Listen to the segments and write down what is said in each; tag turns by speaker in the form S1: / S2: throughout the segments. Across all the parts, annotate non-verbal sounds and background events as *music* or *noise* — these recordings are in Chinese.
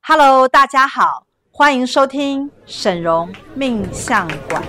S1: Hello，大家好，欢迎收听沈荣命相馆。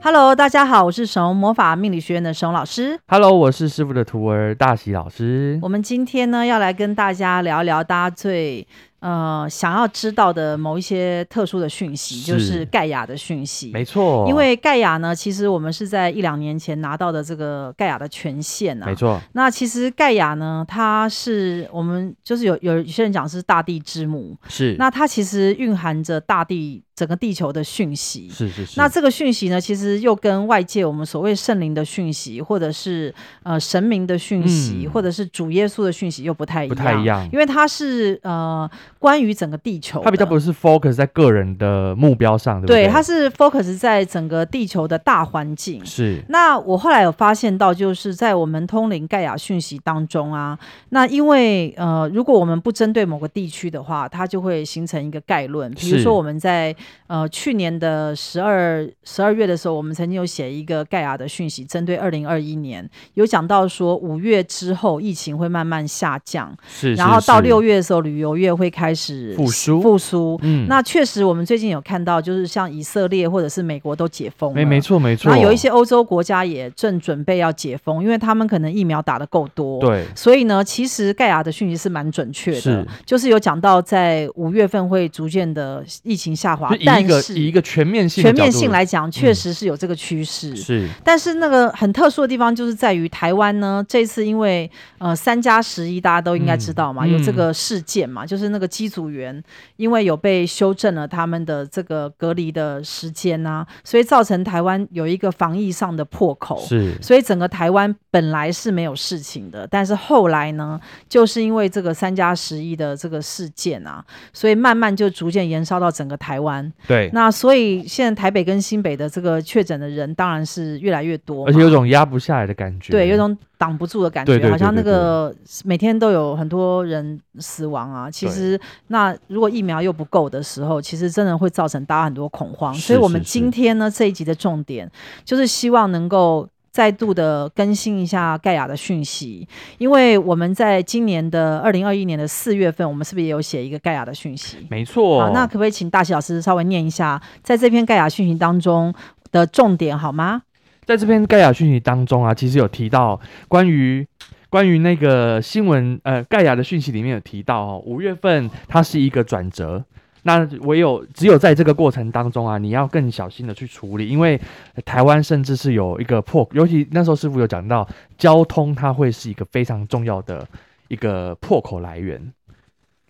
S1: Hello，大家好，我是沈荣魔法命理学院的沈荣老师。
S2: Hello，我是师傅的徒儿大喜老师
S1: 我。们今天呢，要来跟大家聊一聊大家最呃想要知道的某一些特殊的讯息，
S2: 是
S1: 就是盖亚的讯息。
S2: 没错，
S1: 因为盖亚呢，其实我们是在一两年前拿到的这个盖亚的权限啊。
S2: 没。错，
S1: 那其实盖亚呢，它是我们就是有有有些人讲是大地之母，
S2: 是
S1: 那它其实蕴含着大地整个地球的讯息。
S2: 是是是，
S1: 那这个讯息呢，其实又跟外界我们所谓圣灵的讯息，或者是呃神明的讯息，
S2: 嗯
S1: 或者是主耶稣的讯息又不太一
S2: 不
S1: 样，
S2: 太一样
S1: 因为它是呃关于整个地球的，
S2: 他比较不是 focus 在个人的目标上，对不
S1: 对，
S2: 对？
S1: 它是 focus 在整个地球的大环境。
S2: 是
S1: 那我后来有发现到，就是在我们通灵盖亚讯息当中啊，那因为呃，如果我们不针对某个地区的话，它就会形成一个概论。比如
S2: 是
S1: 说我们在呃去年的十二十二月的时候，我们曾经有写一个盖亚的讯息，针对二零二一年，有讲到说五月之后疫情会慢慢下降，
S2: 是，
S1: 然后到六
S2: 月，
S1: 月的时候旅游业会开始
S2: 复苏
S1: 复苏。
S2: 嗯
S1: 那确实，我们最近有看到，就是像以色列或者是美国都解封了，
S2: 没没错没错，
S1: 然后有一些欧洲国家也正准备要解封，因为他们可能疫苗打得够多。。
S2: 对
S1: 所以呢，其实盖亚的讯息是蛮准确的，
S2: 是
S1: 就是有讲到在五月份会逐渐的疫情下滑
S2: 就，以
S1: 啊但
S2: 一个以一
S1: 是
S2: 个全面性的
S1: 全面
S2: 角度嗯
S1: 性来讲，确实是有这个趋势。
S2: 是
S1: 但是那个很特殊的地方就是在于台湾呢，这次因为呃三加十一大家都应该知道嘛，
S2: 嗯
S1: 有这个事件嘛，就是那个机组员因为有被修正了他们的这个隔离的时间啊，所以造成台湾有一个防疫上的破口。
S2: 是
S1: 所以整个台湾本来是没有事情的，但是后来呢，就是因为这个三加十一的这个事件啊，所以慢慢就逐渐延烧到整个台湾。
S2: 对，
S1: 那所以现在台北跟新北的这个确诊的人当然是越来越多嘛，
S2: 而且有种压不下来的感觉，
S1: 对有种挡不住的感觉，
S2: 对对对
S1: 好像那个每天都有很多人死亡啊。其实那如果疫苗又不够的时候，其实真的会造成大家很多恐慌。
S2: 是
S1: 所以我们
S2: 是是
S1: 今天呢这一集的重点就是希望能够。再度的更新一下盖亚的讯息，因为我们在今年的二零二一年的四月份，我们是不是也有写一个盖亚的讯息？
S2: 没错，
S1: 好，那可不可以请大喜老师稍微念一下，在这篇盖亚讯息当中的重点好吗？
S2: 在这篇盖亚讯息当中啊，其实有提到关于关于那个新闻，呃，盖亚的讯息里面有提到哦，五月份它是一个转折。那唯有只有在这个过程当中啊，你要更小心的去处理，因为呃台湾甚至是有一个破，尤其那时候师傅有讲到交通，它会是一个非常重要的一个破口来源。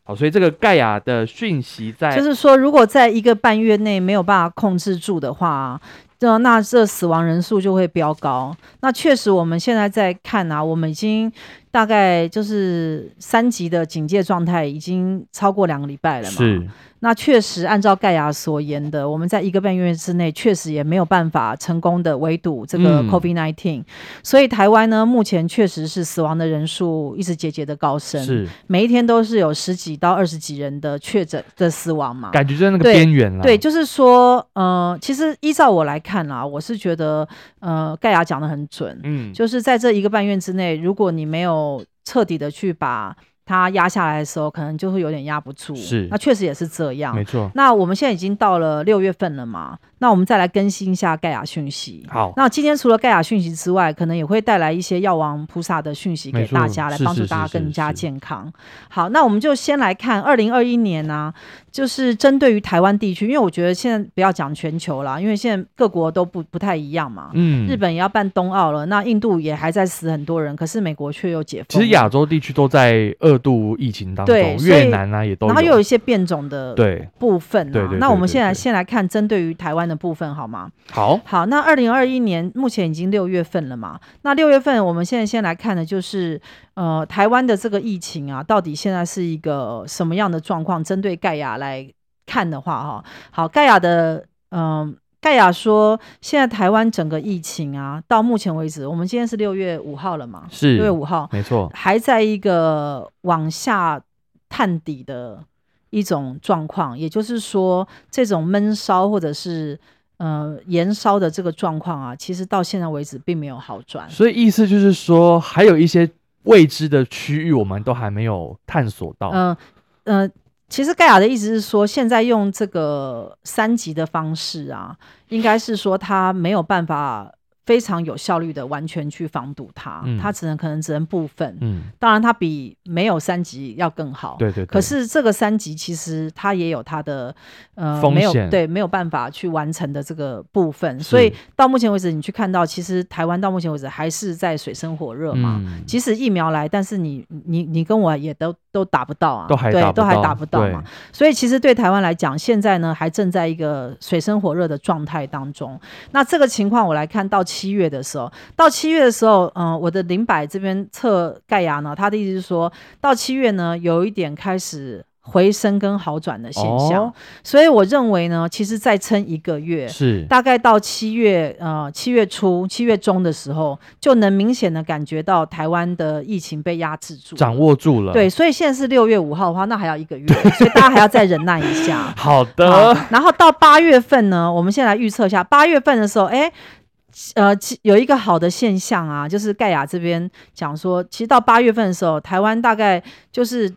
S2: 好，所以这个盖亚的讯息在
S1: 就是说，如果在一个半月内没有办法控制住的话，那那这死亡人数就会飙高。那确实，我们现在在看啊，我们已经大概就是三级的警戒状态，已经超过两个礼拜了嘛。
S2: 是
S1: 那确实，按照盖亚所言的，我们在一个半月之内确实也没有办法成功的围堵这个
S2: 嗯
S1: COVID-19，、所以台湾呢，目前确实是死亡的人数一直节节的高升，
S2: 是，
S1: 每一天都是有十几到二十几人的确诊的死亡嘛。
S2: 感觉就在那个
S1: 对
S2: 边缘了。
S1: 对，就是说，呃，其实依照我来看啦，我是觉得，呃，盖亚讲的很准，
S2: 嗯，
S1: 就是在这一个半月之内，如果你没有彻底的去把它压下来的时候，可能就会有点压不住。
S2: 是
S1: 那确实也是这样
S2: 没。错。
S1: 那我们现在已经到了六月份了嘛，那我们再来更新一下盖亚讯息。
S2: 好，
S1: 那今天除了盖亚讯息之外，可能也会带来一些药王菩萨的讯息给
S2: 没错
S1: 大家，来
S2: 是
S1: 帮
S2: 是
S1: 助大家
S2: 是是
S1: 更加
S2: 是
S1: 健康。好，那我们就先来看二零二一年呢、就是针对于台湾地区，因为我觉得现在不要讲全球啦，因为现在各国都不不太一样嘛。
S2: 嗯，
S1: 日本也要办冬奥了，那印度也还在死很多人，可是美国却又解
S2: 其
S1: 封了。
S2: 实亚洲地区都在二度疫情当中
S1: 哦对，所以
S2: 越南啊也都
S1: 然后又有
S2: 有
S1: 一些变种的
S2: 对，
S1: 部分、啊。
S2: 对对对
S1: 那我们
S2: 对
S1: 现在
S2: 对
S1: 先来看针对于台湾的部分好吗？
S2: 好
S1: 好，那二零二一年目前已经六月份了嘛？那六月份我们现在先来看的就是，呃，台湾的这个疫情啊，到底现在是一个什么样的状况？针对盖亚来看的话，哈，好，盖亚的，嗯、盖亚说，现在台湾整个疫情啊，到目前为止，我们今天是六月五号了嘛？
S2: 是
S1: 六月五号
S2: 没错，
S1: 还在一个往下探底的一种状况，也就是说，这种闷烧或者是呃延烧的这个状况啊，其实到现在为止并没有好转。
S2: 所以意思就是说，还有一些未知的区域，我们都还没有探索到。
S1: 嗯呃其实盖亚的意思是说，现在用这个三级的方式啊，应该是说他没有办法非常有效率的完全去防堵它，
S2: 嗯
S1: 它只能可能只能部分。
S2: 嗯，
S1: 当然，它比没有三级要更好。
S2: 对对对。
S1: 可是这个三级其实它也有它的呃
S2: 风
S1: 没有
S2: 险
S1: 对没有办法去完成的这个部分，所以到目前为止，你去看到其实台湾到目前为止还是在水深火热嘛。
S2: 嗯，
S1: 即使疫苗来，但是你你你跟我也都都打不到啊，
S2: 都还
S1: 对
S2: 达
S1: 都还
S2: 到
S1: 打不到嘛。。所以其实对台湾来讲，现在呢还正在一个水深火热的状态当中。那这个情况我来看到七月的时候，到七月的时候，嗯、我的林柏这边测盖亚呢，他的意思是说到七月呢，有一点开始。回升跟好转的现象，
S2: 哦
S1: 所以我认为呢，其实再撑一个月
S2: 对，是
S1: 大概到七月呃七月初、七月中的时候，就能明显的感觉到台湾的疫情被压制住了，
S2: 掌握住了。。
S1: 对，，所以现在是六月五号的话，那还要一个月，所以大家还要再忍耐一下
S2: 好
S1: 好
S2: 的，
S1: 然后到八月份呢，我们先来预测一下，八月份的时候，哎。呃，其有一个好的现象啊，就是盖亚这边讲说，其实到八月份的时候，台湾大概就是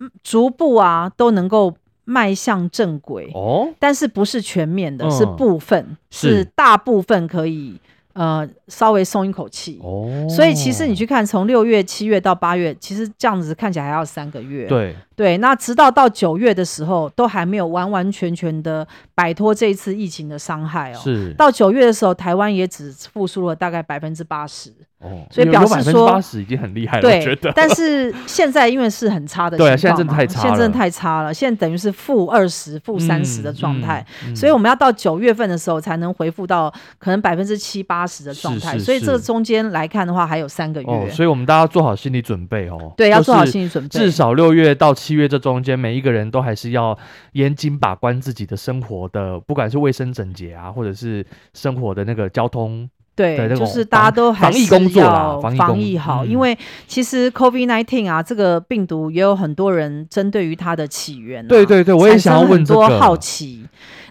S1: 嗯逐步啊都能够迈向正轨，
S2: 哦，
S1: 但是不是全面的，
S2: 嗯
S1: 是部分，
S2: 是
S1: 是大部分可以呃稍微松一口气。
S2: 哦，
S1: 所以其实你去看，从六月、七月到八月，其实这样子看起来还要三个月。
S2: 对
S1: 对那直到到九月的时候，都还没有完完全全的摆脱这一次疫情的伤害哦。
S2: 是
S1: 到九月的时候，台湾也只复苏了大概百分之八十，
S2: 哦，
S1: 所以表示说
S2: 八十已经很厉害哎了，我觉
S1: 对
S2: 得。。
S1: *laughs* 但是现在因为是很差的情
S2: *laughs* 对
S1: 况嘛，
S2: 啊现在真的太差
S1: 现在真的
S2: 了
S1: 太差了，现在等于是负二十、负三十的状态。
S2: 嗯，嗯
S1: 所以我们要到九月份的时候才能回复到可能百分之七八十的状态，
S2: 是是
S1: 所以这个
S2: 是
S1: 中间来看的话，还有三个月，
S2: 哦，所以我们大家做好心理准备哦。
S1: 对，要
S2: 就是
S1: 做好心理准备。
S2: 至少六月到七月这中间，每一个人都还是要严谨把关自己的生活的，不管是卫生整洁啊，或者是生活的那个交通。
S1: 对
S2: 对那，
S1: 就
S2: 种
S1: 是大家
S2: 防
S1: 都还
S2: 防疫
S1: 是
S2: 工作啦
S1: 要
S2: 防疫
S1: 防
S2: 工
S1: 疫好，
S2: 嗯
S1: 因为其实 COVID nineteen 啊，这个病毒也有很多人针对于它的起源、啊，
S2: 对对对，我也
S1: 产
S2: 想
S1: 生
S2: 要问
S1: 很
S2: 这
S1: 多
S2: 个。
S1: 好奇。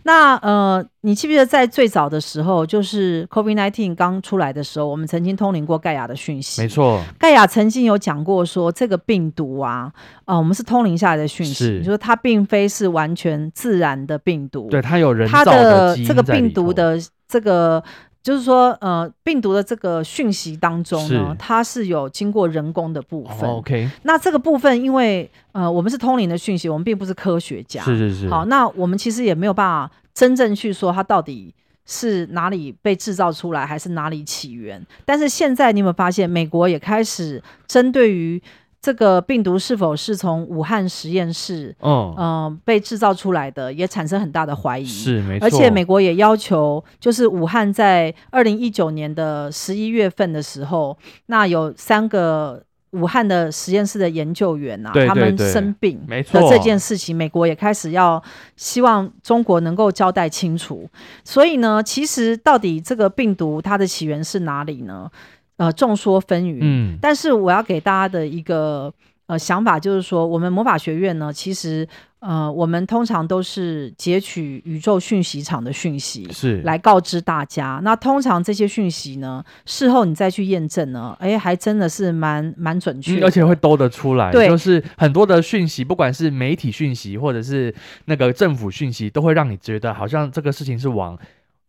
S1: 那呃，你记不记得在最早的时候，就是 COVID nineteen 刚出来的时候，我们曾经通灵过盖亚的讯息，
S2: 没。错，
S1: 盖亚曾经有讲过说，这个病毒啊，啊、我们是通灵下来的讯息，
S2: 是
S1: 你说它并非是完全自然的病毒，
S2: 对，它有人
S1: 它
S2: 造基因
S1: 这个
S2: 在里
S1: 病毒
S2: 头，
S1: 的这个。就是说，呃，病毒的这个讯息当中呢
S2: 是，
S1: 它是有经过人工的部分。
S2: 哦 OK，
S1: 那这个部分，因为呃，我们是通灵的讯息，我们并不是科学家。
S2: 是是是，
S1: 好，那我们其实也没有办法真正去说它到底是哪里被制造出来，还是哪里起源。但是现在你有没有发现，美国也开始针对于这个病毒是否是从武汉实验室
S2: 嗯，
S1: 嗯、呃被制造出来的，也产生很大的怀疑。
S2: 是没错，
S1: 而且美国也要求，就是武汉在二零一九年的十一月份的时候，那有三个武汉的实验室的研究员啊，
S2: 对对
S1: 他们
S2: 对
S1: 生病
S2: 没
S1: 的
S2: 错
S1: 这件事情，美国也开始要希望中国能够交代清楚。所以呢，其实到底这个病毒它的起源是哪里呢？呃，众说纷纭。
S2: 嗯
S1: 但是我要给大家的一个呃想法就是说，我们魔法学院呢，其实呃，我们通常都是截取宇宙讯息场的讯息。
S2: 是嗯
S1: 来告知大家，那通常这些讯息呢，事后你再去验证呢，哎，还真的是蛮蛮准确
S2: 嗯，
S1: 的、
S2: 而且会兜得出来，
S1: 对
S2: 就是很多的讯息，不管是媒体讯息或者是那个政府讯息，都会让你觉得好像这个事情是往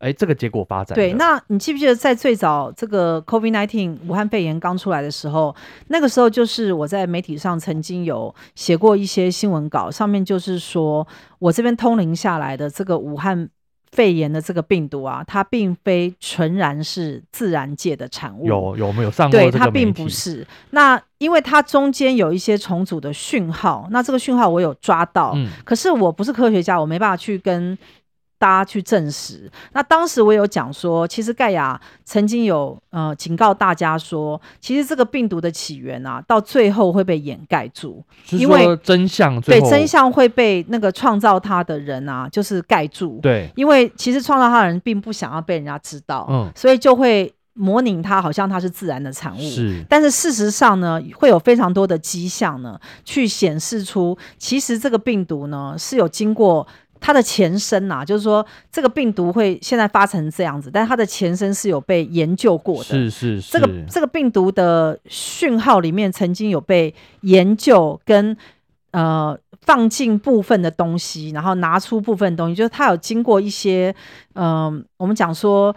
S2: 哎这个结果发展的。
S1: 对，那你记不记得在最早这个 COVID nineteen 武汉肺炎刚出来的时候，那个时候就是我在媒体上曾经有写过一些新闻稿，上面就是说我这边通灵下来的这个武汉肺炎的这个病毒啊，它并非纯然是自然界的产物，
S2: 有有没有上过
S1: 对，
S2: 这个
S1: 它
S2: 媒
S1: 并
S2: 体
S1: 不是。那因为它中间有一些重组的讯号，那这个讯号我有抓到，
S2: 嗯
S1: 可是我不是科学家，我没办法去跟大家去证实。那当时我有讲说，其实盖亚曾经有呃警告大家说，其实这个病毒的起源啊，到最后会被掩盖住，
S2: 就是
S1: 因为
S2: 说真相最
S1: 对
S2: 后
S1: 真相会被那个创造它的人啊，就是盖住。
S2: 对
S1: 因为其实创造它的人并不想要被人家知道，
S2: 嗯
S1: 所以就会模拟它，好像它是自然的产物。
S2: 是
S1: 但是事实上呢，会有非常多的迹象呢，去显示出其实这个病毒呢是有经过它的前身呐、啊就是说这个病毒会现在发成这样子，但它的前身是有被研究过的。
S2: 是是是，
S1: 这个这个病毒的讯号里面曾经有被研究跟呃放进部分的东西，然后拿出部分东西，就是它有经过一些嗯、呃我们讲说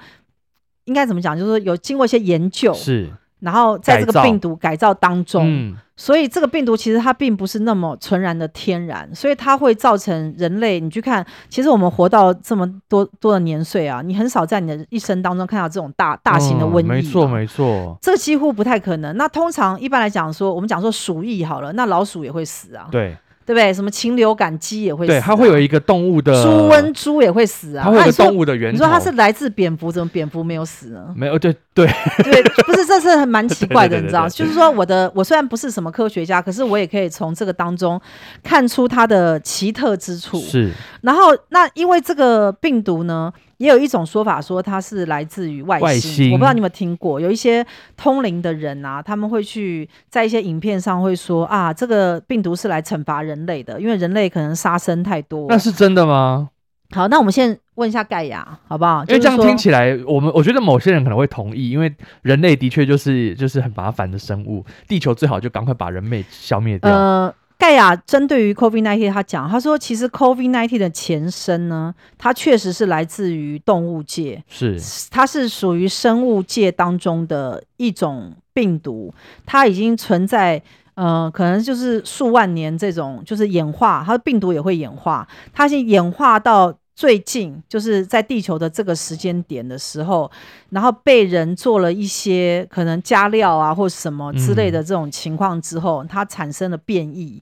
S1: 应该怎么讲，就是说有经过一些研究，
S2: 是
S1: 然后在这
S2: 改
S1: 个
S2: 造
S1: 病毒改造当中，
S2: 嗯
S1: 所以这个病毒其实它并不是那么纯然的天然，所以它会造成人类。你去看，其实我们活到这么多多的年岁啊，你很少在你的一生当中看到这种大大型的
S2: 嗯
S1: 瘟疫、啊
S2: 没错没错，
S1: 这几乎不太可能。那通常一般来讲说，我们讲说鼠疫好了，那老鼠也会死啊，
S2: 对
S1: 对不对？什么禽流感鸡也会死啊、
S2: 对，它会有一个动物的
S1: 猪瘟，猪也会死啊。
S2: 它会有
S1: 那
S2: 一
S1: 你
S2: 个
S1: 说
S2: 动物的源
S1: 你
S2: 头。
S1: 说它是来自蝙蝠，怎么蝙蝠没有死呢？
S2: 没有哦对对
S1: *laughs* 对，不是，这是很蛮奇怪的，
S2: 对对对
S1: 你知道？
S2: 对对
S1: 就是说，我的我虽然不是什么科学家，可是我也可以从这个当中看出它的奇特之处。
S2: 是
S1: 然后，那因为这个病毒呢，也有一种说法说它是来自于外星，
S2: 外星
S1: 我不知道你有没有听过，有一些通灵的人啊，他们会去在一些影片上会说啊，这个病毒是来惩罚人类的，因为人类可能杀生太多。
S2: 那是真的吗？
S1: 好，那我们先问一下盖亚，好不好？
S2: 因为这样
S1: 就是说
S2: 听起来，我们我觉得某些人可能会同意，因为人类的确就是就是很麻烦的生物，地球最好就赶快把人类消灭掉。
S1: 呃，盖亚针对于 COVID 1 9他讲，他说其实 COVID 1 9的前身呢，它确实是来自于动物界，
S2: 是
S1: 它是属于生物界当中的一种病毒，它已经存在。呃，可能就是数万年这种，就是演化，它的病毒也会演化，它是演化到最近，就是在地球的这个时间点的时候，然后被人做了一些可能加料啊或什么之类的这种情况之后，它产生了变异。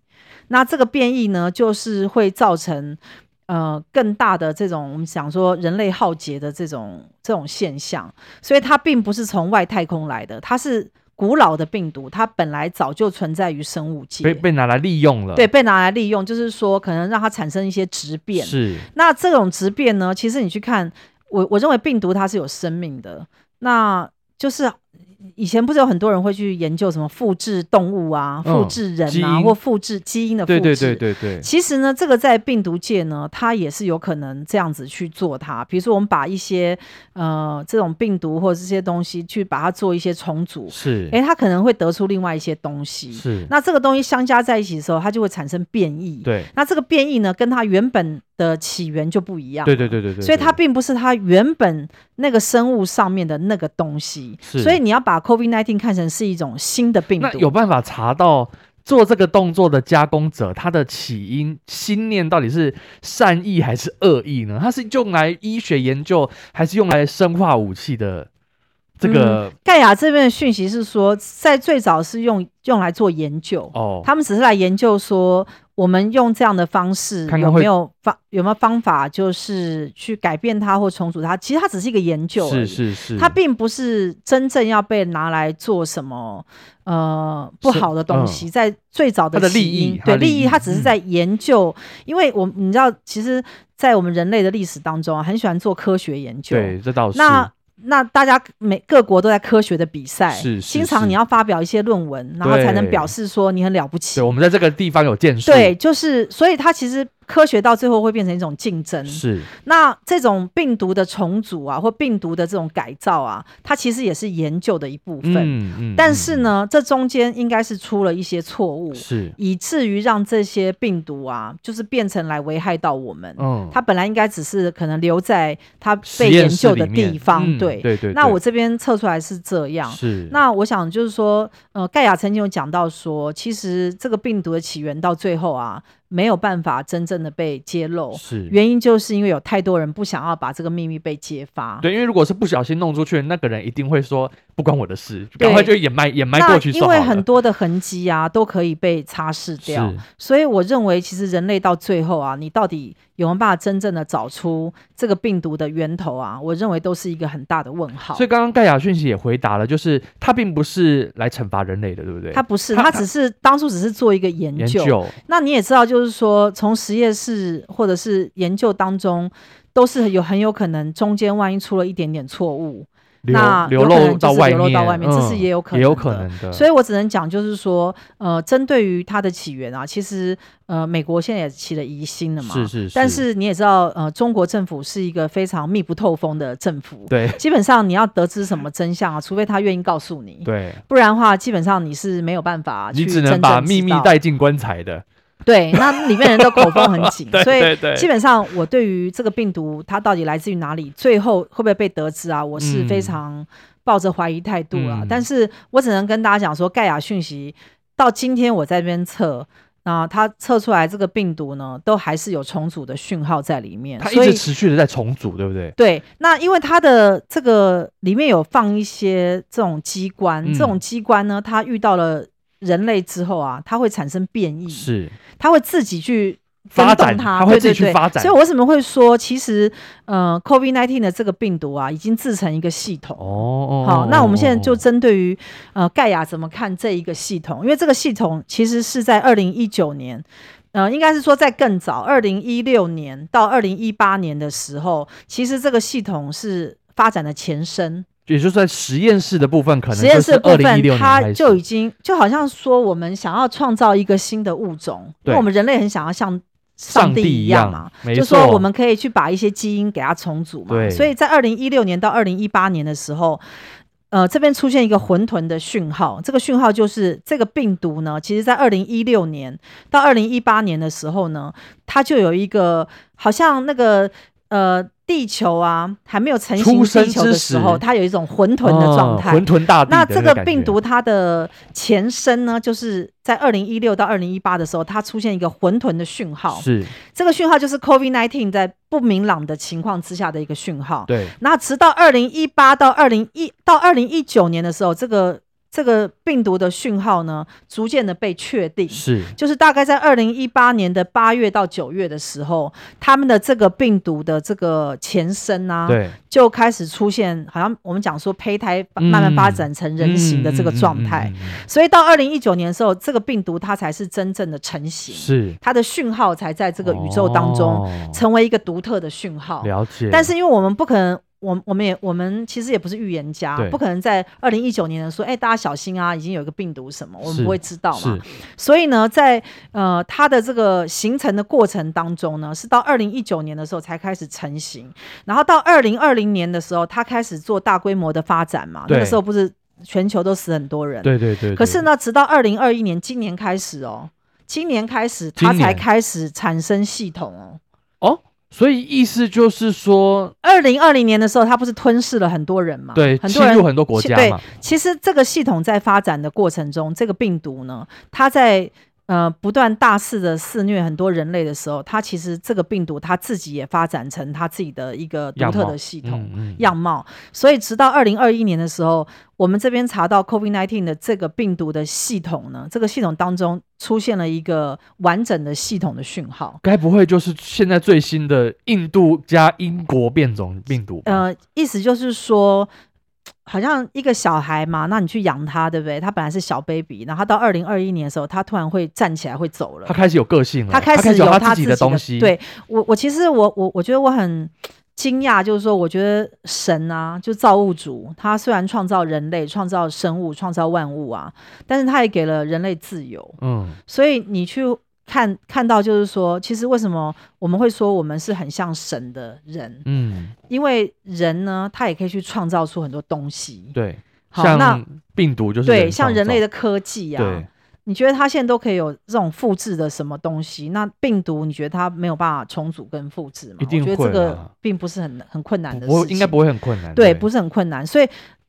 S1: 那这个变异呢，就是会造成呃更大的这种我们想说人类浩劫的这种这种现象，所以它并不是从外太空来的，它是古老的病毒，它本来早就存在于生物界，
S2: 被被拿来利用了。
S1: 对，被拿来利用，就是说可能让它产生一些质变。
S2: 是
S1: 那这种质变呢，其实你去看，我我认为病毒它是有生命的，那就是。以前不是有很多人会去研究什么复制动物啊、
S2: 嗯
S1: 复制人
S2: 基
S1: 啊，
S2: 因
S1: 或复制基因的复
S2: 对
S1: 制。
S2: 对对对对，
S1: 其实呢，这个在病毒界呢，它也是有可能这样子去做它。比如说，我们把一些呃这种病毒或者这些东西去把它做一些重组，
S2: 是
S1: 诶，它可能会得出另外一些东西。
S2: 是，
S1: 哎那这个东西相加在一起的时候，它就会产生变异。
S2: 对
S1: 那这个变异呢，跟它原本的起源就不一样。
S2: 对对对对对，
S1: 所以它
S2: 对
S1: 并不是它原本那个生物上面的那个东西，
S2: 是
S1: 所以你要把 COVID-19 看成是一种新的病
S2: 那
S1: 毒。
S2: 有办法查到做这个动作的加工者他的起因心念到底是善意还是恶意呢？他是用来医学研究，还是用来生化武器的？这个、
S1: 盖亚这边的讯息是说，在最早是用用来做研究，
S2: 哦，
S1: 嗯他们只是来研究说，我们用这样的方式
S2: 看看
S1: 有
S2: 会
S1: 没有方有没有方法，就是去改变它或重组它。其实它只是一个研究而已，
S2: 是是是，
S1: 它并不是真正要被拿来做什么呃不
S2: 是
S1: 好的东
S2: 嗯
S1: 西，在最早
S2: 它的
S1: 起
S2: 利益
S1: 因
S2: 它
S1: 对
S2: 的利
S1: 利益，
S2: 益嗯
S1: 它只是在研究，因为我你知道，其实，在我们人类的历史当中啊，很喜欢做科学研究，
S2: 对，这哦倒是
S1: 那那大家每各国都在科学的比赛，
S2: 是是
S1: 经常
S2: 是
S1: 你要发表一些论文，然后才能表示说你很了不起
S2: 对，。我们在这个地方有建树，
S1: 对，就是所以它其实科学到最后会变成一种竞争。
S2: 是
S1: 那这种病毒的重组啊，或病毒的这种改造啊，它其实也是研究的一部分。
S2: 嗯嗯
S1: 但是
S2: 嗯
S1: 呢，这中间应该是出了一些错误，
S2: 是
S1: 以至于让这些病毒啊，就是变成来危害到我们。
S2: 嗯，
S1: 它本来应该只是可能留在它
S2: 实
S1: 被
S2: 验
S1: 研
S2: 室
S1: 究
S2: 里
S1: 的
S2: 面
S1: 地方，
S2: 嗯
S1: 对。
S2: 对对，
S1: 那
S2: 对
S1: 我这边测出来是这样。
S2: 是啊
S1: 那我想就是说，呃，盖亚曾经有讲到说，其实这个病毒的起源到最后啊，没有办法真正的被揭露，
S2: 是
S1: 原因就是因为有太多人不想要把这个秘密被揭发。
S2: 对，因为如果是不小心弄出去，那个人一定会说不关我的事，赶
S1: 对
S2: 快就掩埋掩埋
S1: 那
S2: 过去就
S1: 因
S2: 好
S1: 为
S2: 了。
S1: 很多的痕迹啊，都可以被擦拭掉
S2: 是，
S1: 所以我认为其实人类到最后啊，你到底有没有办法真正的找出这个病毒的源头啊？我认为都是一个很大的问号
S2: 所。以刚刚盖亚讯息也回答了，就是他并不是来惩罚人类的，对不对？
S1: 它不是，
S2: 它
S1: 它
S2: 它
S1: 只是当初只是做一个研
S2: 研
S1: 究，
S2: 究
S1: 那你也知道，就是说，从实验室或者是研究当中，都是有很有可能中间万一出了一点点错误，
S2: 流
S1: 那
S2: 流
S1: 有可能
S2: 露
S1: 就
S2: 到
S1: 是
S2: 外
S1: 流
S2: 面，
S1: 露到外面这是
S2: 嗯
S1: 也有可
S2: 也有
S1: 能
S2: 可
S1: 的
S2: 能的。
S1: 所以我只能讲，就是说，呃，针对于它的起源啊，其实呃，美国现在也起了疑心了嘛。
S2: 是是是，
S1: 但是你也知道，呃，中国政府是一个非常密不透风的政府，
S2: 对
S1: 基本上你要得知什么真相啊，除非他愿意告诉你，
S2: 对，
S1: 不然的话，基本上你是没有办法去
S2: 你只
S1: 真
S2: 能
S1: 正
S2: 把
S1: 知
S2: 秘密
S1: 道
S2: 带进棺材的。
S1: 对，那里面人都口风很紧
S2: *laughs* ，对
S1: 所以
S2: 对对
S1: 基本上我对于这个病毒它到底来自于哪里，最后会不会被得知啊，我是非常抱着怀疑态度啦。
S2: 嗯
S1: 但是我只能跟大家讲说，盖亚讯息到今天我在这边测。那、它测出来这个病毒呢，都还是有重组的讯号在里面，
S2: 它一
S1: 所以
S2: 直持续的在重组，对不对？
S1: 对，那因为它的这个里面有放一些这种机关，
S2: 嗯
S1: 这种机关呢，它遇到了人类之后啊，它会产生变异，
S2: 是
S1: 它会自己去跟
S2: 发
S1: 动
S2: 展
S1: 它
S2: 它会
S1: 对
S2: 自己
S1: 对
S2: 去
S1: 对
S2: 发展
S1: 所以我为什么会说，其实呃，COVID nineteen 的这个病毒啊，已经制成一个系统。
S2: 哦哦。
S1: 好，那我们现在就
S2: 哦
S1: 针对于呃盖亚怎么看这一个系统，因为这个系统其实是在二零一九年，呃，应该是说在更早，二零一六年到二零一八年的时候，其实这个系统是发展的前身。
S2: 也就是在实验室的部分，可能
S1: 实验室的
S2: 二
S1: 部
S2: 零一六
S1: 分，
S2: 年
S1: 它
S2: 开
S1: 就已
S2: 始，
S1: 经就好像说，我们想要创造一个新的物种，因
S2: 对
S1: 为我们人类很想要像
S2: 上
S1: 上帝
S2: 帝一
S1: 一样
S2: 样
S1: 嘛，
S2: 没
S1: 就说
S2: 错
S1: 我们可以去把一些基因给它重组嘛
S2: 对。
S1: 所以在二零一六年到二零一八年的时候。呃，这边出现一个混沌的讯号，这个讯号就是这个病毒呢，其实在二零一六年到二零一八年的时候呢，它就有一个好像那个呃地球啊还没有成型
S2: 出生
S1: 地球的
S2: 之
S1: 时
S2: 时
S1: 候，它有一种混沌的状态，
S2: 嗯混沌大地的
S1: 那
S2: 那
S1: 这
S2: 个
S1: 个
S2: 感
S1: 病
S2: 觉
S1: 毒它的前身呢，就是在二零一六到二零一八的时候，它出现一个混沌的讯号。
S2: 是
S1: 这个讯号就是 COVID nineteen 在不明朗的情况之下的一个讯号。
S2: 对
S1: 那直到二零一八到二零一到二零一九年的时候，这个这个病毒的讯号呢，逐渐的被确定。
S2: 是
S1: 就是大概在二零一八年的八月到九月的时候，他们的这个病毒的这个前身啊，
S2: 对
S1: 就开始出现，好像我们讲说胚胎发
S2: 嗯
S1: 慢慢发展成人形的这个状态。
S2: 嗯嗯嗯嗯嗯
S1: 所以到二零一九年的时候，这个病毒它才是真正的成型，
S2: 是
S1: 它的讯号才在这个宇宙当中
S2: 哦
S1: 成为一个独特的讯号。
S2: 了解，
S1: 但是因为我们不可能。我我们也我们其实也不是预言家
S2: 对，
S1: 不可能在二零一九年的说，哎、大家小心啊，已经有一个病毒什么，我
S2: 是
S1: 们不会知道嘛
S2: 是。
S1: 所以呢，在呃它的这个形成的过程当中呢，是到二零一九年的时候才开始成型，然后到二零二零年的时候，它开始做大规模的发展嘛。
S2: 对
S1: 那个时候不是全球都死很多人，
S2: 对对对，
S1: 可
S2: 对
S1: 是呢，直到二零二一年今年开始哦，今年开始它
S2: 今年
S1: 才开始产生系统哦。
S2: 哦，所以意思就是说，
S1: 二零二零年的时候，它不是吞噬了很多人嘛？
S2: 对，
S1: 很多
S2: 侵
S1: 人
S2: 入很多国家
S1: 对
S2: 嘛，，
S1: 其实这个系统在发展的过程中，这个病毒呢，它在呃不断大肆的肆虐很多人类的时候，它其实这个病毒它自己也发展成它自己的一个独
S2: 样
S1: 特
S2: 貌
S1: 的系统。
S2: 嗯嗯
S1: 样貌，所以直到二零二一年的时候，我们这边查到 COVID-19 的这个病毒的系统呢，这个系统当中出现了一个完整的系统的讯号。
S2: 该不会就是现在最新的印度加英国变种病毒吧？
S1: 呃，意思就是说，好像一个小孩嘛，那你去养他，对不对？他本来是小 baby，然后他到二零二一年的时候，他突然会站起来，会走了
S2: 他。开始有个性了，
S1: 他开
S2: 开
S1: 始
S2: 有
S1: 有
S2: 自
S1: 自己
S2: 的东西，，
S1: 对我，我其实我我我觉得我很惊讶，就是说，我觉得神啊，就造物主，他虽然创造人类、创造生物、创造万物啊，但是他也给了人类自由。
S2: 嗯，
S1: 所以你去看看到，就是说，其实为什么我们会说我们是很像神的人？
S2: 嗯，
S1: 因为人呢，他也可以去创造出很多东西。
S2: 对，
S1: 好，那
S2: 像病毒就是
S1: 对像人类的
S2: 的
S1: 科技啊，
S2: 对，
S1: 你觉得它现在都可以有这种复制的什么东西？那病毒你觉得它没有办法重组跟复制吗？
S2: 一定
S1: 我觉得
S2: 会
S1: 这
S2: 啦
S1: 个并不是很很困难的
S2: 不
S1: 事
S2: 不
S1: 情，
S2: 应该不会很困难，
S1: 对，不是很困难。所以，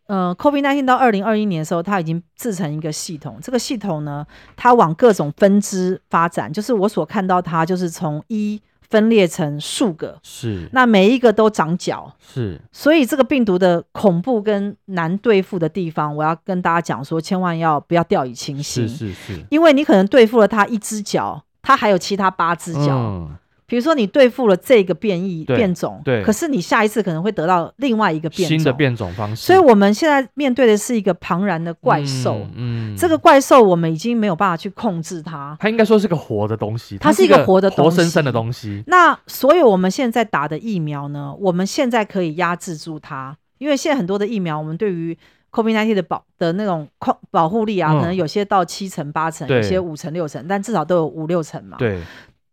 S1: 呃，COVID 1 9到二零二一年的时候，它已经制成一个系统。这个系统呢，它往各种分支发展，就是我所看到它就是从一分裂成数个，
S2: 是
S1: 那每一个都长脚，
S2: 是
S1: 所以这个病毒的恐怖跟难对付的地方，我要跟大家讲说，千万要不要掉以轻心。
S2: 是是是，
S1: 因为你可能对付了它一只脚，它还有其他八只脚。
S2: 嗯，
S1: 比如说你对付了这个变异
S2: 对
S1: 变种，
S2: 对
S1: 可是你下一次可能会得到另外一个变种。
S2: 新的变种方式，
S1: 所以我们现在面对的是一个庞然的怪兽，
S2: 嗯，嗯
S1: 这个怪兽我们已经没有办法去控制它。
S2: 它应该说是个活的东西，
S1: 它
S2: 是
S1: 是一个活的东
S2: 活生
S1: 西
S2: 生的东西，
S1: 那所有我们现在打的疫苗呢，我们现在可以压制住它，因为现在很多的疫苗，我们对于 COVID-19 的保的那种控保护力啊，
S2: 嗯
S1: 可能有些到七成、八成，
S2: 对
S1: 有些五成、六成，但至少都有五六成嘛，
S2: 对，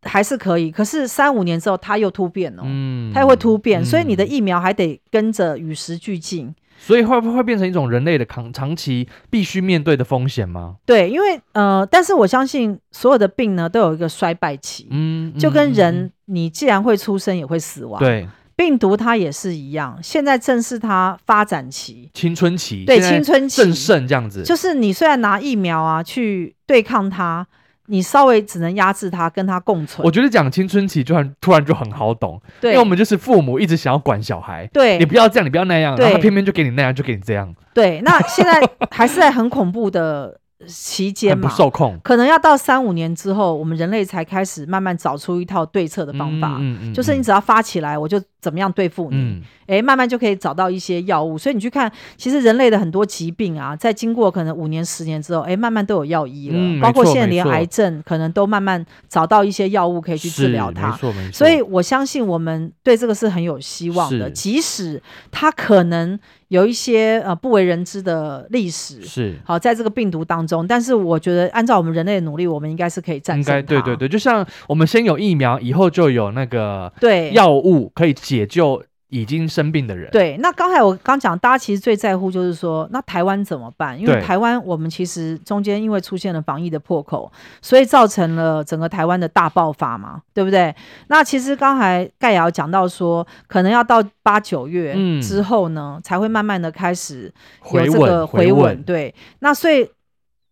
S1: 还是可以。可是三五年之后，它又突变了、
S2: 嗯
S1: 哦它又会突变，所以你的
S2: 嗯
S1: 疫苗还得跟着与时俱进。
S2: 所以会不会变成一种人类的长长期必须面对的风险吗？
S1: 对，因为呃，但是我相信所有的病呢都有一个衰败期，
S2: 嗯，
S1: 就跟
S2: 嗯
S1: 人，你既然会出生，也会死
S2: 嗯
S1: 亡。，
S2: 对
S1: 病毒它也是一样，现在正是它发展期，
S2: 青春期，
S1: 对
S2: 现
S1: 青
S2: 在
S1: 春期
S2: 正盛这样子，
S1: 就是你虽然拿疫苗啊去对抗它，你稍微只能压制它，跟它共存
S2: 我。觉得讲青春期，突然突然就很好懂，因
S1: 对
S2: 为我们就是父母一直想要管小孩，
S1: 对
S2: 你不要这样，你不要那样，
S1: 对
S2: 然后他偏偏就给你那样，就给你这样，
S1: 对，那现在还是在很恐怖的期间
S2: 很 *laughs* 不
S1: 嘛，
S2: 受控
S1: 可能要到三五年之后，我们人类才开始慢慢找出一套对策的方法。
S2: 嗯嗯
S1: 就是你只要发起来，我就怎么样对付你。
S2: 嗯
S1: 诶，慢慢就可以找到一些药物。所以你去看，其实人类的很多疾病啊，在经过可能五年、十年之后，诶，慢慢都有药医了。
S2: 嗯
S1: 包括
S2: 没错
S1: 现在连
S2: 没错
S1: 癌症，可能都慢慢找到一些药物可以
S2: 嗯
S1: 去
S2: 是
S1: 治疗
S2: 没
S1: 它。
S2: 错没错，
S1: 所以我相信我们对这个是很有希望的，
S2: 是
S1: 即使它可能有一些呃不为人知的历史。
S2: 是。
S1: 好，在这个病毒当中，但是我觉得按照我们人类的努力，我们应该是可以战
S2: 应
S1: 胜它。
S2: 该对对对，就像我们先有疫苗，以后就有那个
S1: 对
S2: 药物可以解救已经生病的人。
S1: 对，那刚才我刚讲，大家其实最在乎就是说，那台湾怎么办？因为
S2: 对
S1: 台湾我们其实中间因为出现了防疫的破口，所以造成了整个台湾的大爆发嘛，对不对？那其实刚才盖瑶讲到说，可能要到八九月
S2: 嗯
S1: 之后呢，才会慢慢的开始有
S2: 回
S1: 这个
S2: 稳
S1: 回
S2: 稳，
S1: 对，那所以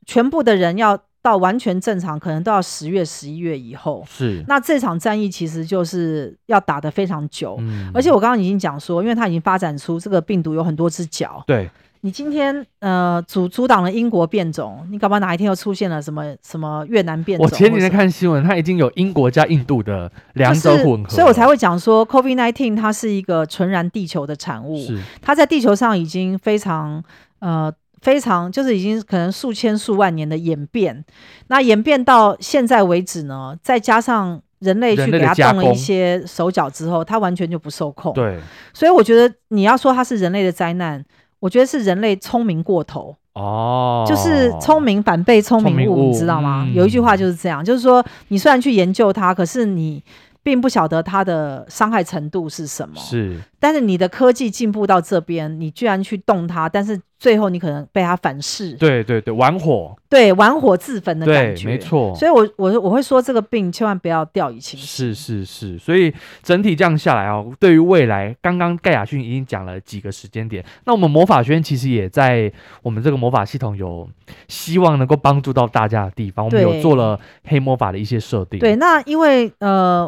S1: 全部的人要到完全正常，可能都要十月、十一月以后。
S2: 是，
S1: 那这场战役其实就是要打得非常久，
S2: 嗯
S1: 而且我刚刚已经讲说，因为它已经发展出这个病毒有很多只脚。
S2: 对
S1: 你今天呃阻阻挡了英国变种，你搞不好哪一天又出现了什么什么越南变种
S2: 我
S1: 或者什么。
S2: 前几天看新闻，它已经有英国加印度的两
S1: 就是
S2: 者混合了，哦
S1: 所以我才会讲说，COVID nineteen 它是一个纯然地球的产物，
S2: 是
S1: 它在地球上已经非常呃。非常就是已经可能数千数万年的演变，那演变到现在为止呢，再加上人类去
S2: 人类
S1: 给
S2: 的
S1: 它
S2: 加
S1: 动了一
S2: 工
S1: 些手脚之后，它完全就不受控。
S2: 对
S1: 所以我觉得你要说它是人类的灾难，我觉得是人类聪明过头，
S2: 哦，
S1: 就是聪明反被聪
S2: 聪
S1: 明
S2: 明
S1: 误，
S2: 误
S1: 你知道吗？
S2: 嗯
S1: 有一句话就是这样，就是说你虽然去研究它，可是你。并不晓得它的伤害程度是什么，
S2: 是
S1: 但是你的科技进步到这边，你居然去动它，但是最后你可能被它反噬，
S2: 对对对，玩火，
S1: 对，玩火自焚的
S2: 对
S1: 感，觉，
S2: 没。错，
S1: 所以我我我会说这个病千万不要掉以轻心，
S2: 是是是，所以整体这样下来哦，对于未来，刚刚盖亚逊已经讲了几个时间点，那我们魔法学院其实也在我们这个魔法系统有希望能够帮助到大家的地方，我们
S1: 对
S2: 有做了黑魔法的一些设定，
S1: 对，，那因为呃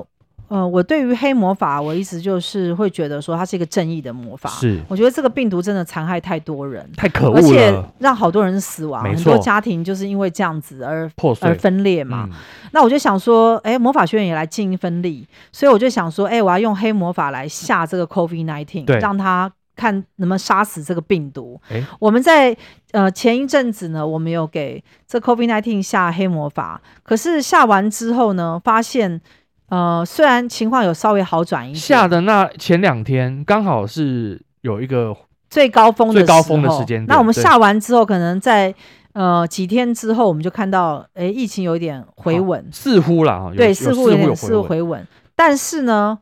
S1: 呃，我对于黑魔法，我一直就是会觉得说它是一个正义的魔法。
S2: 是
S1: 我觉得这个病毒真的残害太多人，
S2: 太可
S1: 而
S2: 恶
S1: 且
S2: 了，
S1: 让好多人死亡，
S2: 没
S1: 很多
S2: 错嗯
S1: 家庭就是因为这样子而。
S2: 破碎
S1: 而分裂嘛，那我就想说，哎，魔法学院也来尽一份力，所以我就想说，哎，我要用黑魔法来下这个 COVID 19，
S2: 对
S1: 让它看能不能杀死这个病毒。
S2: 诶
S1: 我们在呃前一阵子呢，我们有给这 COVID 19下黑魔法，可是下完之后呢，发现呃虽然情况有稍微好转一
S2: 嗯
S1: 点，
S2: 下的那前两天刚好是有一个
S1: 最高峰的
S2: 最高
S1: 候
S2: 峰的时间点
S1: 那我们
S2: 对
S1: 下完之后，可能在呃几天之后，我们就看到，诶，疫情有一点回稳，
S2: 似乎啦，有
S1: 对，
S2: 有
S1: 似
S2: 似
S1: 乎有点似
S2: 回
S1: 乎
S2: 稳，
S1: 回稳。但是呢，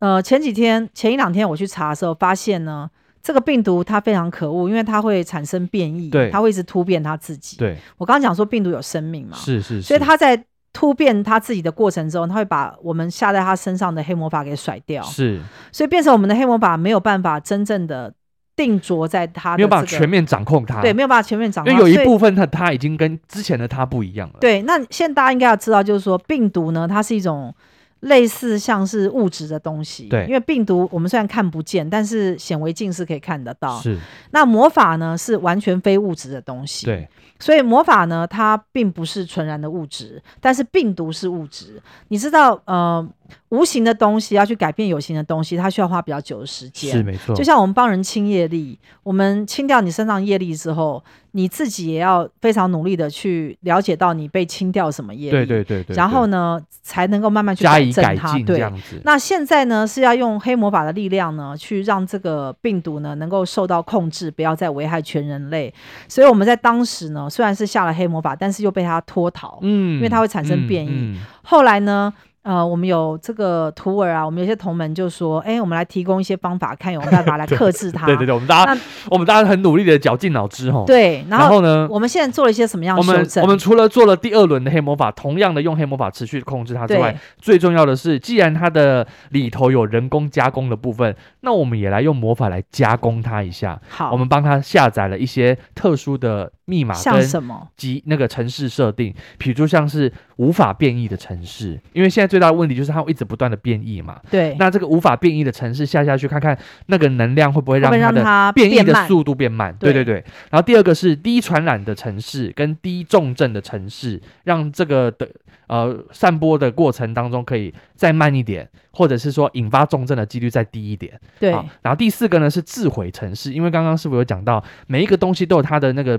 S1: 呃，前几天前一两天我去查的时候，发现呢，这个病毒它非常可恶，因为它会产生变异，
S2: 对
S1: 它会一直突变它自己。
S2: 对，
S1: 我刚刚讲说病毒有生命嘛，
S2: 是是，
S1: 所以
S2: 是
S1: 它在突变它自己的过程中，它会把我们下在它身上的黑魔法给甩掉，
S2: 是
S1: 所以变成我们的黑魔法没有办法真正的。定着在它的
S2: 没有办法
S1: 这个
S2: 全面掌控它，
S1: 对，没有办法全面掌
S2: 因
S1: 控。
S2: 为有一
S1: 所以
S2: 部分他他已经跟之前的他不一样了。
S1: 对，那现在大家应该要知道，就是说病毒呢，它是一种类似像是物质的东西。
S2: 对
S1: 因为病毒我们虽然看不见，但是显微镜是可以看得到。
S2: 是，
S1: 那魔法呢是完全非物质的东西。，
S2: 对，
S1: 所以魔法呢它并不是纯然的物质，但是病毒是物质。你知道，呃，无形的东西要去改变有形的东西，它需要花比较久的时间。
S2: 是没错
S1: 就，像我们帮人清业力，我们清掉你身上业力之后，你自己也要非常努力的去了解到你被清掉什么业力，
S2: 对对对对，
S1: 然后
S2: 对
S1: 呢，才能够慢慢去
S2: 加以
S1: 正
S2: 改
S1: 它。
S2: 进这
S1: 对，
S2: 样子，
S1: 那现在呢是要用黑魔法的力量呢，去让这个病毒呢能够受到控制，不要再危害全人类。所以我们在当时呢，虽然是下了黑魔法，但是又被它脱逃。
S2: 嗯，
S1: 因为它会产生变异
S2: 嗯嗯
S1: 后来呢，呃，我们有这个徒儿啊，我们有些同门就说，哎，我们来提供一些方法，看有没有办法
S2: *laughs*
S1: 来克制它。
S2: 对对对，我们大家
S1: 那
S2: 我们大家很努力的绞尽脑汁哈。
S1: 对然
S2: 然
S1: 后
S2: 后呢，
S1: 我们现在做了一些什么样
S2: 我
S1: 的修
S2: 们
S1: 正？
S2: 我们除了做了第二轮的黑魔法，同样的用黑魔法持续控制它之
S1: 对
S2: 外，最重要的是，既然它的里头有人工加工的部分，那我们也来用魔法来加工它一下。
S1: 好，
S2: 我们帮它下载了一些特殊的密码
S1: 像
S2: 跟
S1: 什么？
S2: 及那个城市设定，比如像是无法变异的城市，因为现在最大的问题就是它会一直不断的变异嘛。
S1: 对，
S2: 那这个无法变异的城市下下去，看看那个能量会不会
S1: 会不
S2: 让
S1: 会
S2: 它
S1: 让
S2: 的
S1: 它
S2: 变异
S1: 变
S2: 的
S1: 慢？
S2: 速度变慢，
S1: 对
S2: 对对对。然后第二个是低传染的城市跟低重症的城市，让这个的呃散播的过程当中可以再慢一点，或者是说引发重症的几率再低一点。
S1: 对
S2: 好，然后第四个呢是自毁城市，因为刚刚师傅有讲到，每一个东西都有它的那个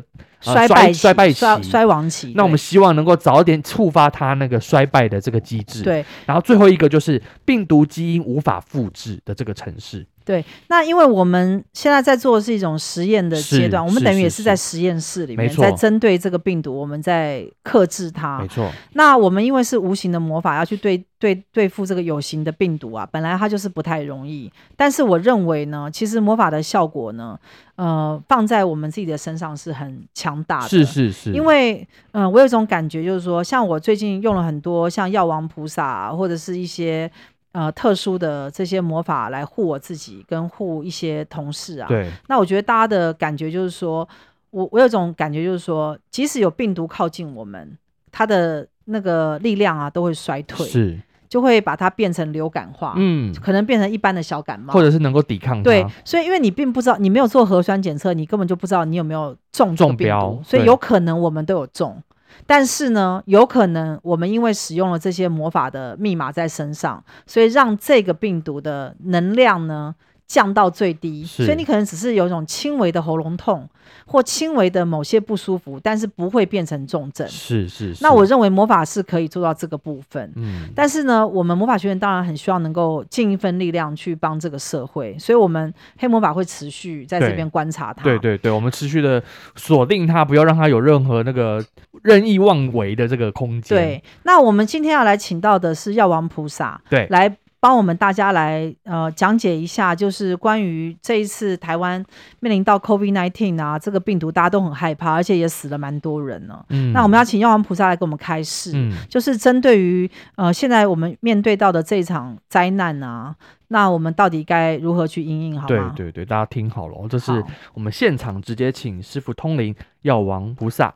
S1: 衰败
S2: 呃衰
S1: 期
S2: 衰败期
S1: 衰衰亡期。
S2: 那我们希望能够早点触发它那个衰败的这个机制。
S1: 对。对
S2: 然后最后一个就是病毒基因无法复制的这个城市。
S1: 对，那因为我们现在在做的是一种实验的阶
S2: 是
S1: 段，我们
S2: 是
S1: 等于
S2: 是
S1: 也是
S2: 是
S1: 在实验室里
S2: 没
S1: 面，在
S2: 错
S1: 针对这个病毒，我们在克制它
S2: 没。错，
S1: 那我们因为是无形的魔法，要去对对对付这个有形的病毒啊，本来它就是不太容易。但是我认为呢，其实魔法的效果呢，呃，放在我们自己的身上是很强大的。
S2: 是是是，
S1: 因为，嗯、我有一种感觉，就是说，像我最近用了很多像药王菩萨、啊或者是一些呃特殊的这些魔法来护我自己，跟护一些同事啊。
S2: 对
S1: 那我觉得大家的感觉就是说，我我有一种感觉就是说，即使有病毒靠近我们，它的那个力量啊都会衰退，
S2: 是
S1: 就会把它变成流感化，
S2: 嗯，
S1: 可能变成一般的小感冒，
S2: 或者是能够抵抗它。
S1: 啊对，所以因为你并不知道，你没有做核酸检测，你根本就不知道你有没有中这个病
S2: 中
S1: 毒
S2: 标，
S1: 所以
S2: 对
S1: 有可能我们都有中。但是呢，有可能我们因为使用了这些魔法的密码在身上，所以让这个病毒的能量呢降到最低。
S2: 是
S1: 所以你可能只是有一种轻微的喉咙痛或轻微的某些不舒服，但是不会变成重症。
S2: 是是是。
S1: 那我认为魔法是可以做到这个部分。
S2: 嗯，
S1: 但是呢，我们魔法学院当然很希望能够尽一份力量去帮这个社会，所以我们黑魔法会持续在这边观察它。
S2: 对对对，我们持续的锁定它，不要让它有任何那个任意妄为的这个空间。
S1: 对那我们今天要来请到的是药王菩萨，
S2: 对
S1: 来帮我们大家来呃讲解一下，就是关于这一次台湾面临到 COVID-19 啊这个病毒，大家都很害怕，而且也死了蛮多人呢。
S2: 嗯，
S1: 那我们要请药王菩萨来给我们开示。
S2: 嗯
S1: 就是针对于呃现在我们面对到的这一场灾难啊，那我们到底该如何去应应好
S2: 对
S1: 吗？
S2: 对对，大家听好了哦，这是
S1: 好
S2: 我们现场直接请师傅通灵药王菩萨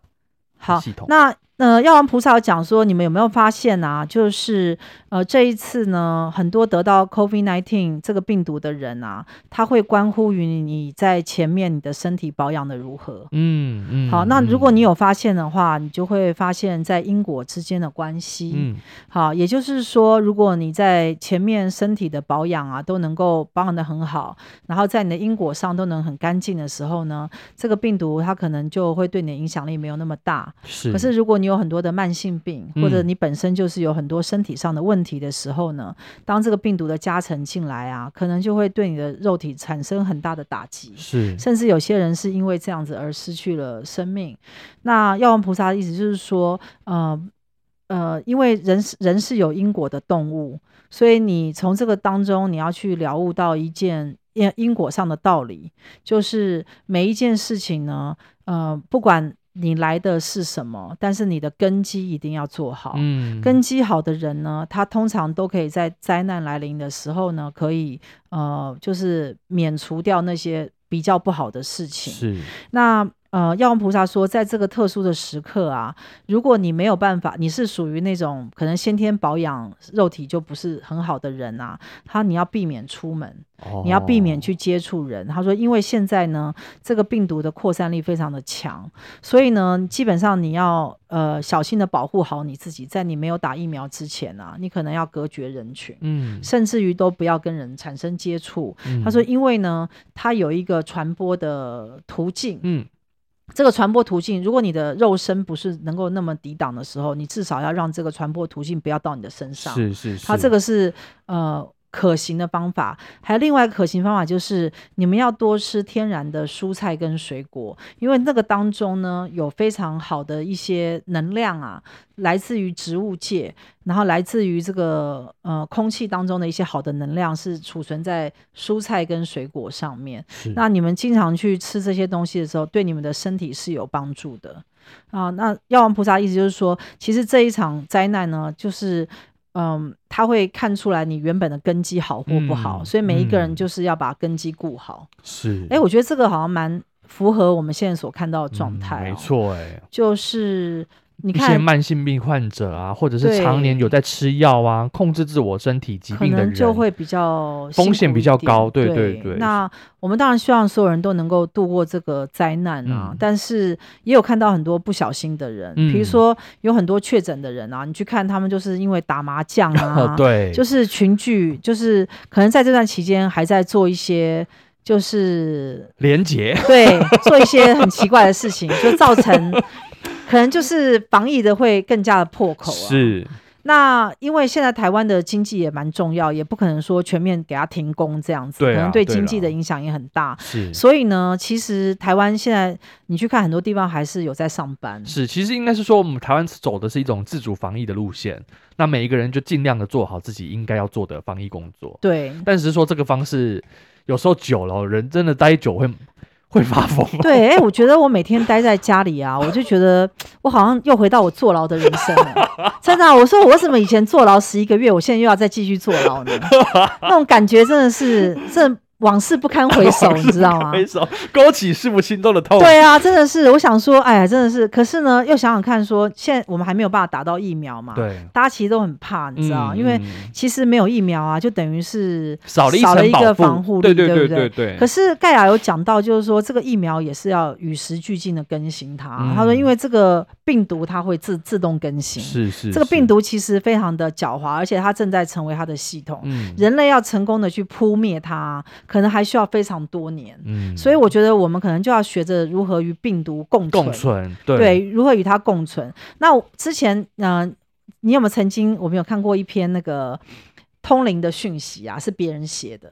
S1: 好
S2: 系，统。
S1: 那呃，药王菩萨有讲说，你们有没有发现啊？就是呃，这一次呢，很多得到 COVID-19 这个病毒的人啊，他会关乎于你在前面你的身体保养的如何。
S2: 嗯嗯，
S1: 好，那如果你
S2: 有
S1: 有发现的话，你就会发现在因果之间的关系。
S2: 嗯
S1: 好，也就是说，如果你在前面身体的保养啊都能够保养的很好，然后在你的因果上都能很干净的时候呢，这个病毒它可能就会对你的影响力没有那么大。
S2: 是，
S1: 可是如果你有很多的慢性病，或者
S2: 嗯
S1: 你本身就是有很多身体上的问题的时候呢，当这个病毒的加成进来啊，可能就会对你的肉体产生很大的打击。
S2: 是
S1: 甚至有些人是因为这样子而失去了生命。那药王菩萨的意思就是说，呃呃，因为人是人是有因果的动物，所以你从这个当中，你要去了悟到一件因因果上的道理，就是每一件事情呢，呃，不管你来的是什么，但是你的根基一定要做好。
S2: 嗯
S1: 根基好的人呢，他通常都可以在灾难来临的时候呢，可以呃，就是免除掉那些比较不好的事情。
S2: 是
S1: 那呃，药王菩萨说，在这个特殊的时刻啊，如果你没有办法，你是属于那种可能先天保养肉体就不是很好的人啊，他你要避免出门，
S2: 哦
S1: 你要避免去接触人。他说，因为现在呢，这个病毒的扩散力非常的强，所以呢，基本上你要呃小心的保护好你自己，在你没有打疫苗之前啊，你可能要隔绝人群，
S2: 嗯，
S1: 甚至于都不要跟人产生接触。
S2: 嗯
S1: 他说，因为呢，它有一个传播的途径，
S2: 嗯
S1: 这个传播途径，如果你的肉身不是能够那么抵挡的时候，你至少要让这个传播途径不要到你的身上。
S2: 是是是，
S1: 它这个是呃可行的方法，还有另外一个可行方法就是你们要多吃天然的蔬菜跟水果，因为那个当中呢有非常好的一些能量啊，来自于植物界，然后来自于这个呃空气当中的一些好的能量是储存在蔬菜跟水果上面。
S2: 是
S1: 那你们经常去吃这些东西的时候，对你们的身体是有帮助的啊。那药王菩萨意思就是说，其实这一场灾难呢，就是嗯，他会看出来你原本的根基好或不好，
S2: 嗯
S1: 所以每一个人
S2: 嗯
S1: 就是要把根基顾好。
S2: 是
S1: 哎、我觉得这个好像蛮符合我们现在所看到的状
S2: 嗯
S1: 态、哦
S2: 没，错哎。
S1: 就是你
S2: 一些
S1: 看，
S2: 慢性病患者啊，或者
S1: 对
S2: 是常年有在吃药啊，控制自我身体疾
S1: 可
S2: 病的
S1: 能
S2: 人，
S1: 就会比较辛
S2: 风险
S1: 苦
S2: 比
S1: 一
S2: 较
S1: 点
S2: 高对
S1: 对
S2: 对对
S1: 那我们当然希望所有人都能够度过这个灾难啊，
S2: 嗯
S1: 但是也有看到很多不小心的人，比如
S2: 嗯
S1: 说有很多确诊的人啊，你去看他们就是因为打麻将啊，
S2: 呃 *laughs* 对，
S1: 就是群聚，就是可能在这段期间还在做一些。就是
S2: 廉洁
S1: 对做一些很奇怪的事情，就造成 *laughs* 可能就是防疫的会更加的破口啊。
S2: 是
S1: 那因为现在台湾的经济也蛮重要，也不可能说全面给它停工这样子，
S2: 对啊
S1: 可能对
S2: 对
S1: 经济
S2: 啦
S1: 的影响也很大。
S2: 是
S1: 所以呢，其实台湾现在你去看很多地方还是有在上班，
S2: 是，其实应该是说我们台湾走的是一种自主防疫的路线，那每一个人就尽量的做好自己应该要做的防疫工作，
S1: 对
S2: 但是说这个方式有时候久了，人真的待久会 *laughs* 会发疯。
S1: 对。哎、我觉得我每天待在家里啊，我就觉得我好像又回到我坐牢的人生了。真的啊、我说我为什么以前坐牢十一个月，我现在又要再继续坐牢呢？那种感觉真的是，真的往事不堪回
S2: *laughs*
S1: 首，你知道吗？
S2: 挥手勾起师傅心中的痛。
S1: 对啊，真的是，我想说，哎呀，真的是，可是呢，又想想看说现在我们还没有办法打到疫苗嘛，，
S2: 对，
S1: 大家其实都很怕，啊你知道，因为
S2: 嗯
S1: 其实没有疫苗啊，就等于是
S2: 少了一
S1: 少了
S2: 层
S1: 一
S2: 保
S1: 个
S2: 护
S1: 防护力
S2: 对对
S1: 对不对
S2: 对对。
S1: 可是盖亚有讲到，就是说这个疫苗也是要与时俱进的更新它。
S2: 嗯
S1: 他说，因为这个病毒它会自自动更新，
S2: 是是
S1: 这个
S2: 是
S1: 病毒其实非常的狡猾，而且它正在成为它的系统。
S2: 嗯
S1: 人类要成功的去扑灭它，可能还需要非常多年。
S2: 嗯
S1: 所以我觉得我们可能就要学着如何与病毒共存，
S2: 共存对
S1: 对，如何与它共存。那我之前，嗯、你有没有曾经我们有看过一篇那个通灵的讯息啊？是别人写的。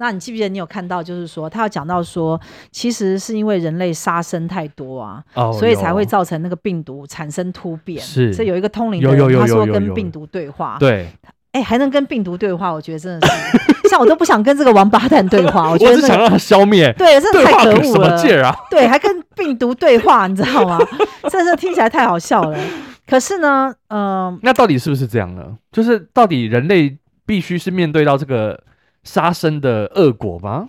S1: 那你记不记得你有看到，就是说他有讲到说，其实是因为人类杀生太多啊，
S2: 哦
S1: 所以才会
S2: 有
S1: 造成那个病毒产生突变。
S2: 是
S1: 所以有一个通灵的
S2: 有
S1: 人，
S2: 有有
S1: 他
S2: 有
S1: 说
S2: 有
S1: 跟
S2: 有
S1: 病毒对话，
S2: 对，
S1: 哎，还能跟病毒对话，我觉得真的是，像我都不想跟这个王八蛋对话，我觉
S2: *laughs* 我
S1: 得
S2: 只
S1: 那
S2: 想
S1: 个
S2: 让它消
S1: *laughs*
S2: 灭。
S1: 对，真的
S2: 对
S1: 太
S2: 话
S1: 可
S2: 可
S1: 恶
S2: 什么
S1: 了。
S2: 劲儿啊？ *laughs*
S1: 对，还跟病毒对话，你知道吗？ *laughs* 真是听起来太好笑了。可是呢，嗯、
S2: 那到底是不是这样呢？就是到底人类必须是面对到这个杀生的恶果吗？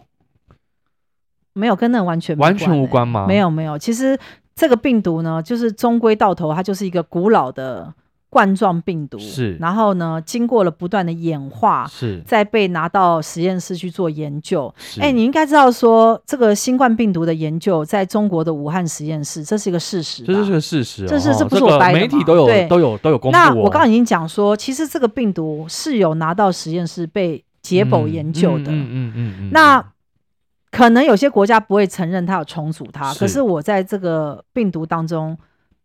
S1: 没有跟那完全
S2: 完全
S1: 无
S2: 无
S1: 关
S2: 关吗？
S1: 欸，没，有没有。其实这个病毒呢，就是终归到头，它就是一个古老的冠状病毒。
S2: 是
S1: 然后呢，经过了不断的演化，
S2: 是
S1: 再被拿到实验室去做研究。
S2: 是
S1: 哎、你应该知道说，这个新冠病毒的研究在中国的武汉实验室，这是一个事实吧。
S2: 这就是个事实哦，
S1: 这是这不是
S2: 个
S1: 我掰的
S2: 媒体
S1: 嘛
S2: 都有
S1: 对
S2: 都有都有公布
S1: 那
S2: 哦。
S1: 我刚刚已经讲说，其实这个病毒是有拿到实验室被解剖
S2: 嗯
S1: 研究
S2: 嗯
S1: 的。
S2: 嗯嗯嗯嗯
S1: 那可能有些国家不会承认它有重组它，
S2: 是
S1: 可是我在这个病毒当中，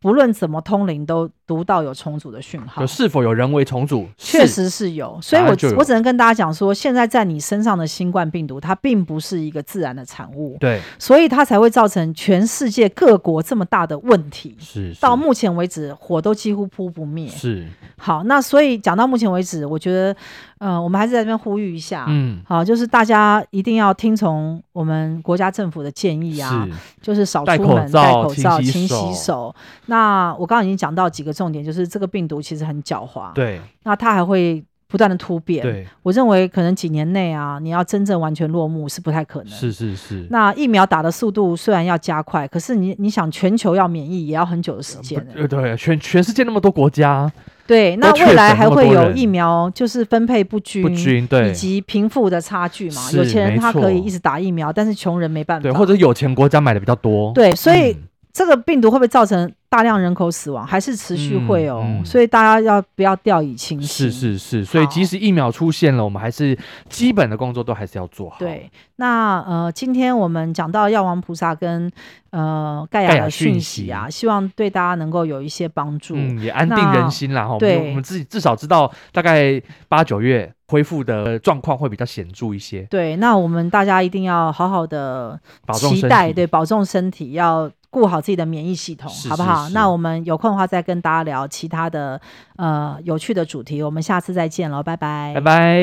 S1: 不论怎么通灵，都读到有重组的讯号
S2: 有。是否有人为重组？
S1: 确
S2: 是，
S1: 实是有，所以
S2: 答
S1: 我
S2: 案就有
S1: 我只能跟大家讲说，现在在你身上的新冠病毒，它并不是一个自然的产物，
S2: 对，
S1: 所以它才会造成全世界各国这么大的问题。
S2: 是是
S1: 到目前为止，火都几乎扑不灭。
S2: 是
S1: 好，那所以讲到目前为止，我觉得，呃，我们还是在这边呼吁一下，
S2: 嗯
S1: 好，就是大家一定要听从我们国家政府的建议啊，
S2: 是
S1: 就是少
S2: 戴
S1: 出
S2: 口
S1: 门、
S2: 罩
S1: 戴口罩、
S2: 勤洗
S1: 勤
S2: 手
S1: 洗手。那我刚刚已经讲到几个重点，就是这个病毒其实很狡猾，
S2: 对
S1: 那它还会。不断的突变。
S2: 对，
S1: 我认啊为可能几年内啊，你要真正完全落幕是不太可能。
S2: 是是是。
S1: 那疫苗打的速度虽然要加快，可是你你想全球要免疫也要很久的时间、欸。
S2: 呃，对，全全世界那么多国家
S1: 对，那
S2: 都确
S1: 未来
S2: 诊
S1: 还
S2: 那么
S1: 会
S2: 多
S1: 有
S2: 人
S1: 疫苗就是分配不均，
S2: 不均，对
S1: 以及贫富的差距嘛。有
S2: 是
S1: 钱人
S2: 没
S1: 他可以
S2: 错
S1: 一直打疫苗，但是穷人没办法。
S2: 对，或者有钱国家买的比较多，
S1: 对，所以
S2: 嗯
S1: 这个病毒会不会造成大量人口死亡，还是持续会哦？
S2: 嗯嗯
S1: 所以大家要不要掉以轻心？
S2: 是。是是，所以
S1: 好
S2: 即使疫苗出现了，我们还是基本的工作都还是要做好。
S1: 对，那呃，今天我们讲到药王菩萨跟呃盖亚
S2: 盖亚
S1: 的
S2: 讯
S1: 讯息啊，希望对大家能够有一些帮助。
S2: 嗯，也安定人心啦哈。我们
S1: 对
S2: 我们自己至少知道，大概八九月恢复的状况会比较显著一些，
S1: 对，那我们大家一定要好好的
S2: 保重
S1: 期
S2: 身
S1: 待，
S2: 体。
S1: 对，保重身体，要顾好自己的免疫系统，
S2: 是
S1: 好不
S2: 是
S1: 好？
S2: 是
S1: 那我们有空的话再跟大家聊其他的呃有趣的主题，我们下次再见喽，拜拜，
S2: 拜拜。